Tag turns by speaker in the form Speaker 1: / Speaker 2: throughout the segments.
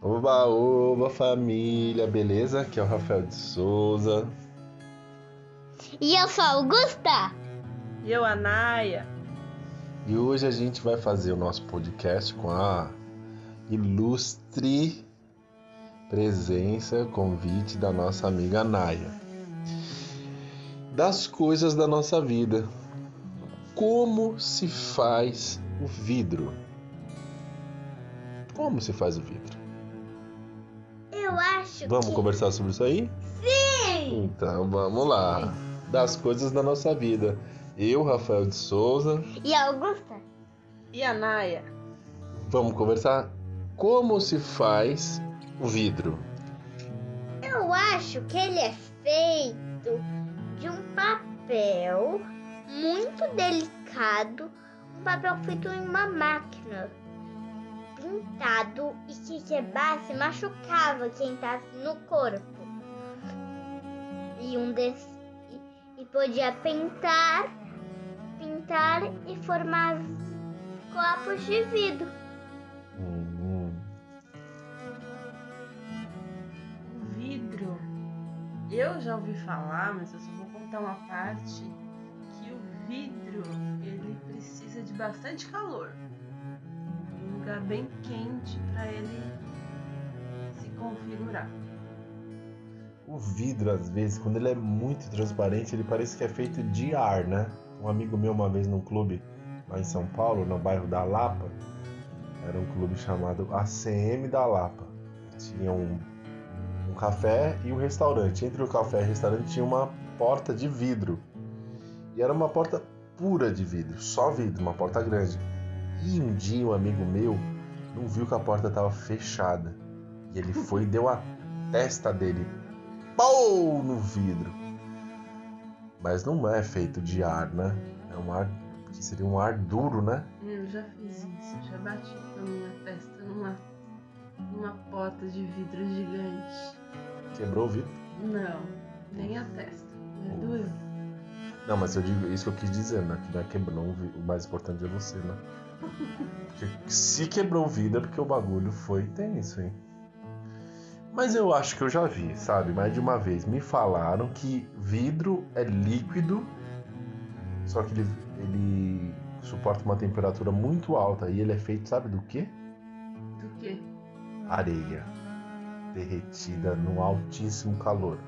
Speaker 1: Oba, oba, família, beleza? Aqui é o Rafael de Souza.
Speaker 2: E eu sou a Augusta.
Speaker 3: E eu, a Naya.
Speaker 1: E hoje a gente vai fazer o nosso podcast com a ilustre presença, convite da nossa amiga Naya. Das coisas da nossa vida. Como se faz o vidro? Como se faz o vidro?
Speaker 2: Eu acho é
Speaker 1: Vamos conversar sobre isso aí? Sim! Então vamos lá. Das coisas da nossa vida. Eu, Rafael de Souza,
Speaker 2: E a Augusta?
Speaker 3: E a Naya.
Speaker 1: vamos conversar como se faz o vidro.
Speaker 2: Eu acho que ele é feito de um papel muito delicado, um papel feito em uma máquina, pintado e que quebrasse machucava quem tasse no corpo. E um des... e- e podia pintar, pintar e formar copos de vidro.
Speaker 1: Hum,
Speaker 3: O vidro. Eu já ouvi falar, mas eu só vou contar uma parte que o vidro ele precisa de bastante calor, um lugar bem quente para ele se configurar.
Speaker 1: O vidro, às vezes, quando ele é muito transparente, ele parece que é feito de ar, né? Um amigo meu, uma vez num clube lá em São Paulo, no bairro da Lapa, era um clube chamado ACM da Lapa. Tinha um, um café e um restaurante. Entre o café e o restaurante tinha uma porta de vidro. E era uma porta pura de vidro, só vidro, uma porta grande. E um dia um amigo meu não viu que a porta estava fechada. E ele foi e deu a testa dele pau no vidro. Mas não é feito de ar, né? É um ar que seria um ar duro, né?
Speaker 3: Eu já fiz isso, já bati com a minha testa numa, numa porta de vidro gigante.
Speaker 1: Quebrou o vidro.
Speaker 3: Não, nem a testa. Mas doeu.
Speaker 1: Não, mas eu digo isso que eu quis dizer, né? Que não é quebrou o vidro. O mais importante é você, né? Porque se quebrou o vidro é porque o bagulho foi tenso, hein? Mas eu acho que eu já vi, sabe? Mais de uma vez me falaram que vidro é líquido, só que ele, ele suporta uma temperatura muito alta e ele é feito, sabe do quê?
Speaker 3: Do quê?
Speaker 1: areia derretida no altíssimo calor.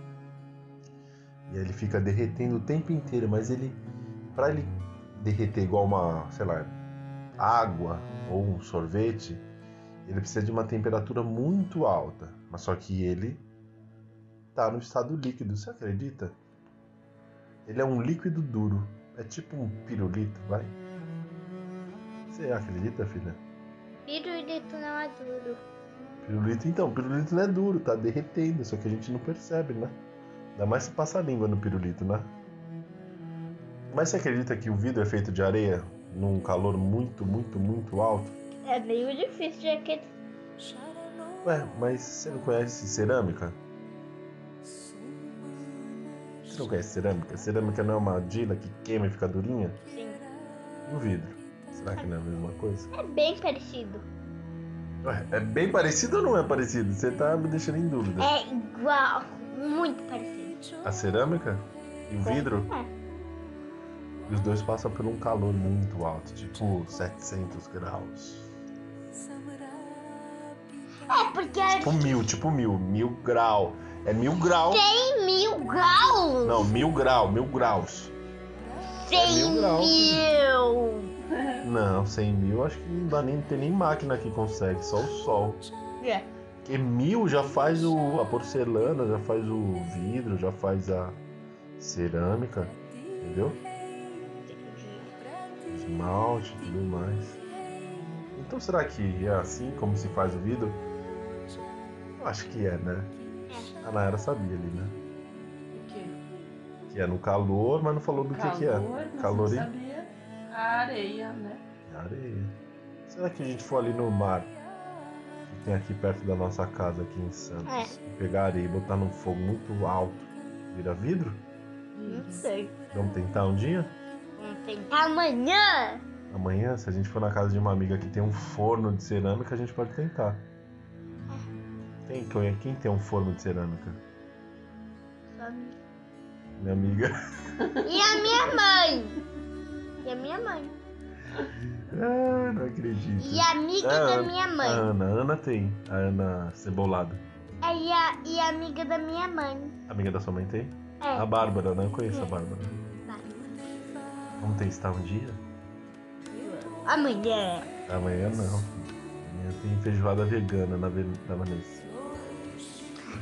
Speaker 1: E ele fica derretendo o tempo inteiro, mas ele para ele derreter igual uma, sei lá, água ou um sorvete, ele precisa de uma temperatura muito alta, mas só que ele tá no estado líquido, você acredita? Ele é um líquido duro, é tipo um pirulito, vai. Você acredita, filha?
Speaker 2: Pirulito não é duro.
Speaker 1: Pirulito, então, pirulito não é duro, tá derretendo, só que a gente não percebe, né? Ainda mais se passa a língua no pirulito, né? Mas você acredita que o vidro é feito de areia num calor muito, muito, muito alto?
Speaker 2: É meio difícil de acreditar.
Speaker 1: Ué, mas você não conhece cerâmica? Você não conhece cerâmica? Cerâmica não é uma argila que queima e fica durinha?
Speaker 2: Sim.
Speaker 1: E o vidro? Será que não é a mesma coisa?
Speaker 2: É bem parecido.
Speaker 1: Ué, é bem parecido ou não é parecido? Você tá me deixando em dúvida.
Speaker 2: É igual, muito parecido.
Speaker 1: A cerâmica e o vidro?
Speaker 2: É.
Speaker 1: E os dois passam por um calor muito alto, tipo 700 graus.
Speaker 2: É porque é
Speaker 1: Tipo mil, tipo mil, mil grau. É mil grau.
Speaker 2: 100 mil graus.
Speaker 1: Não, mil grau, mil graus.
Speaker 2: 100
Speaker 1: mil graus.
Speaker 2: mil.
Speaker 1: Não, 100 mil acho que não dá nem tem nem máquina que consegue, só o sol.
Speaker 3: É.
Speaker 1: Porque mil já faz o, a porcelana, já faz o vidro, já faz a cerâmica, entendeu? Esmalte e tudo mais. Então será que é assim como se faz o vidro? Eu acho que é, né? A Nayara sabia ali, né?
Speaker 3: O quê?
Speaker 1: Que é no calor, mas não falou do que, que é.
Speaker 3: mas
Speaker 1: Calor
Speaker 3: eu
Speaker 1: e-
Speaker 3: sabia a areia, né?
Speaker 1: É areia. Será que a gente for ali no mar, que tem aqui perto da nossa casa aqui em Santos, e pegar areia e botar num fogo muito alto, vira vidro?
Speaker 2: Não sei.
Speaker 1: Vamos tentar um dia?
Speaker 2: Vamos tentar amanhã.
Speaker 1: Amanhã, se a gente for na casa de uma amiga que tem um forno de cerâmica, a gente pode tentar. Tem, Cleia? Quem tem um forno de cerâmica? Minha amiga.
Speaker 2: E a minha mãe. E a minha mãe.
Speaker 1: Ah, não acredito.
Speaker 2: E a amiga
Speaker 1: Ah,
Speaker 2: da minha
Speaker 1: A
Speaker 2: mãe.
Speaker 1: Ana. A Ana tem. A Ana Cebolada.
Speaker 2: É, e, a, e a amiga da minha mãe.
Speaker 1: Amiga da sua mãe tem?
Speaker 2: É.
Speaker 1: A Bárbara, né? Eu conheço a Bárbara. Vamos testar um dia?
Speaker 2: A mãe dela.
Speaker 1: Amanhã não. Amanhã tem feijoada vegana na Ven- da Vanessa.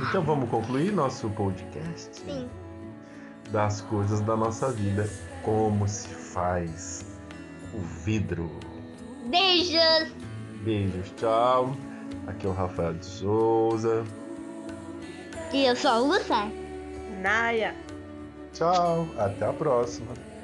Speaker 1: Então vamos concluir nosso podcast
Speaker 2: Sim.
Speaker 1: das coisas da nossa vida. Como se faz o vidro.
Speaker 2: Beijos.
Speaker 1: Beijos, tchau. Aqui é o Rafael de Souza.
Speaker 2: E eu sou a Lúcia.
Speaker 3: Naya.
Speaker 1: Tchau, até a próxima.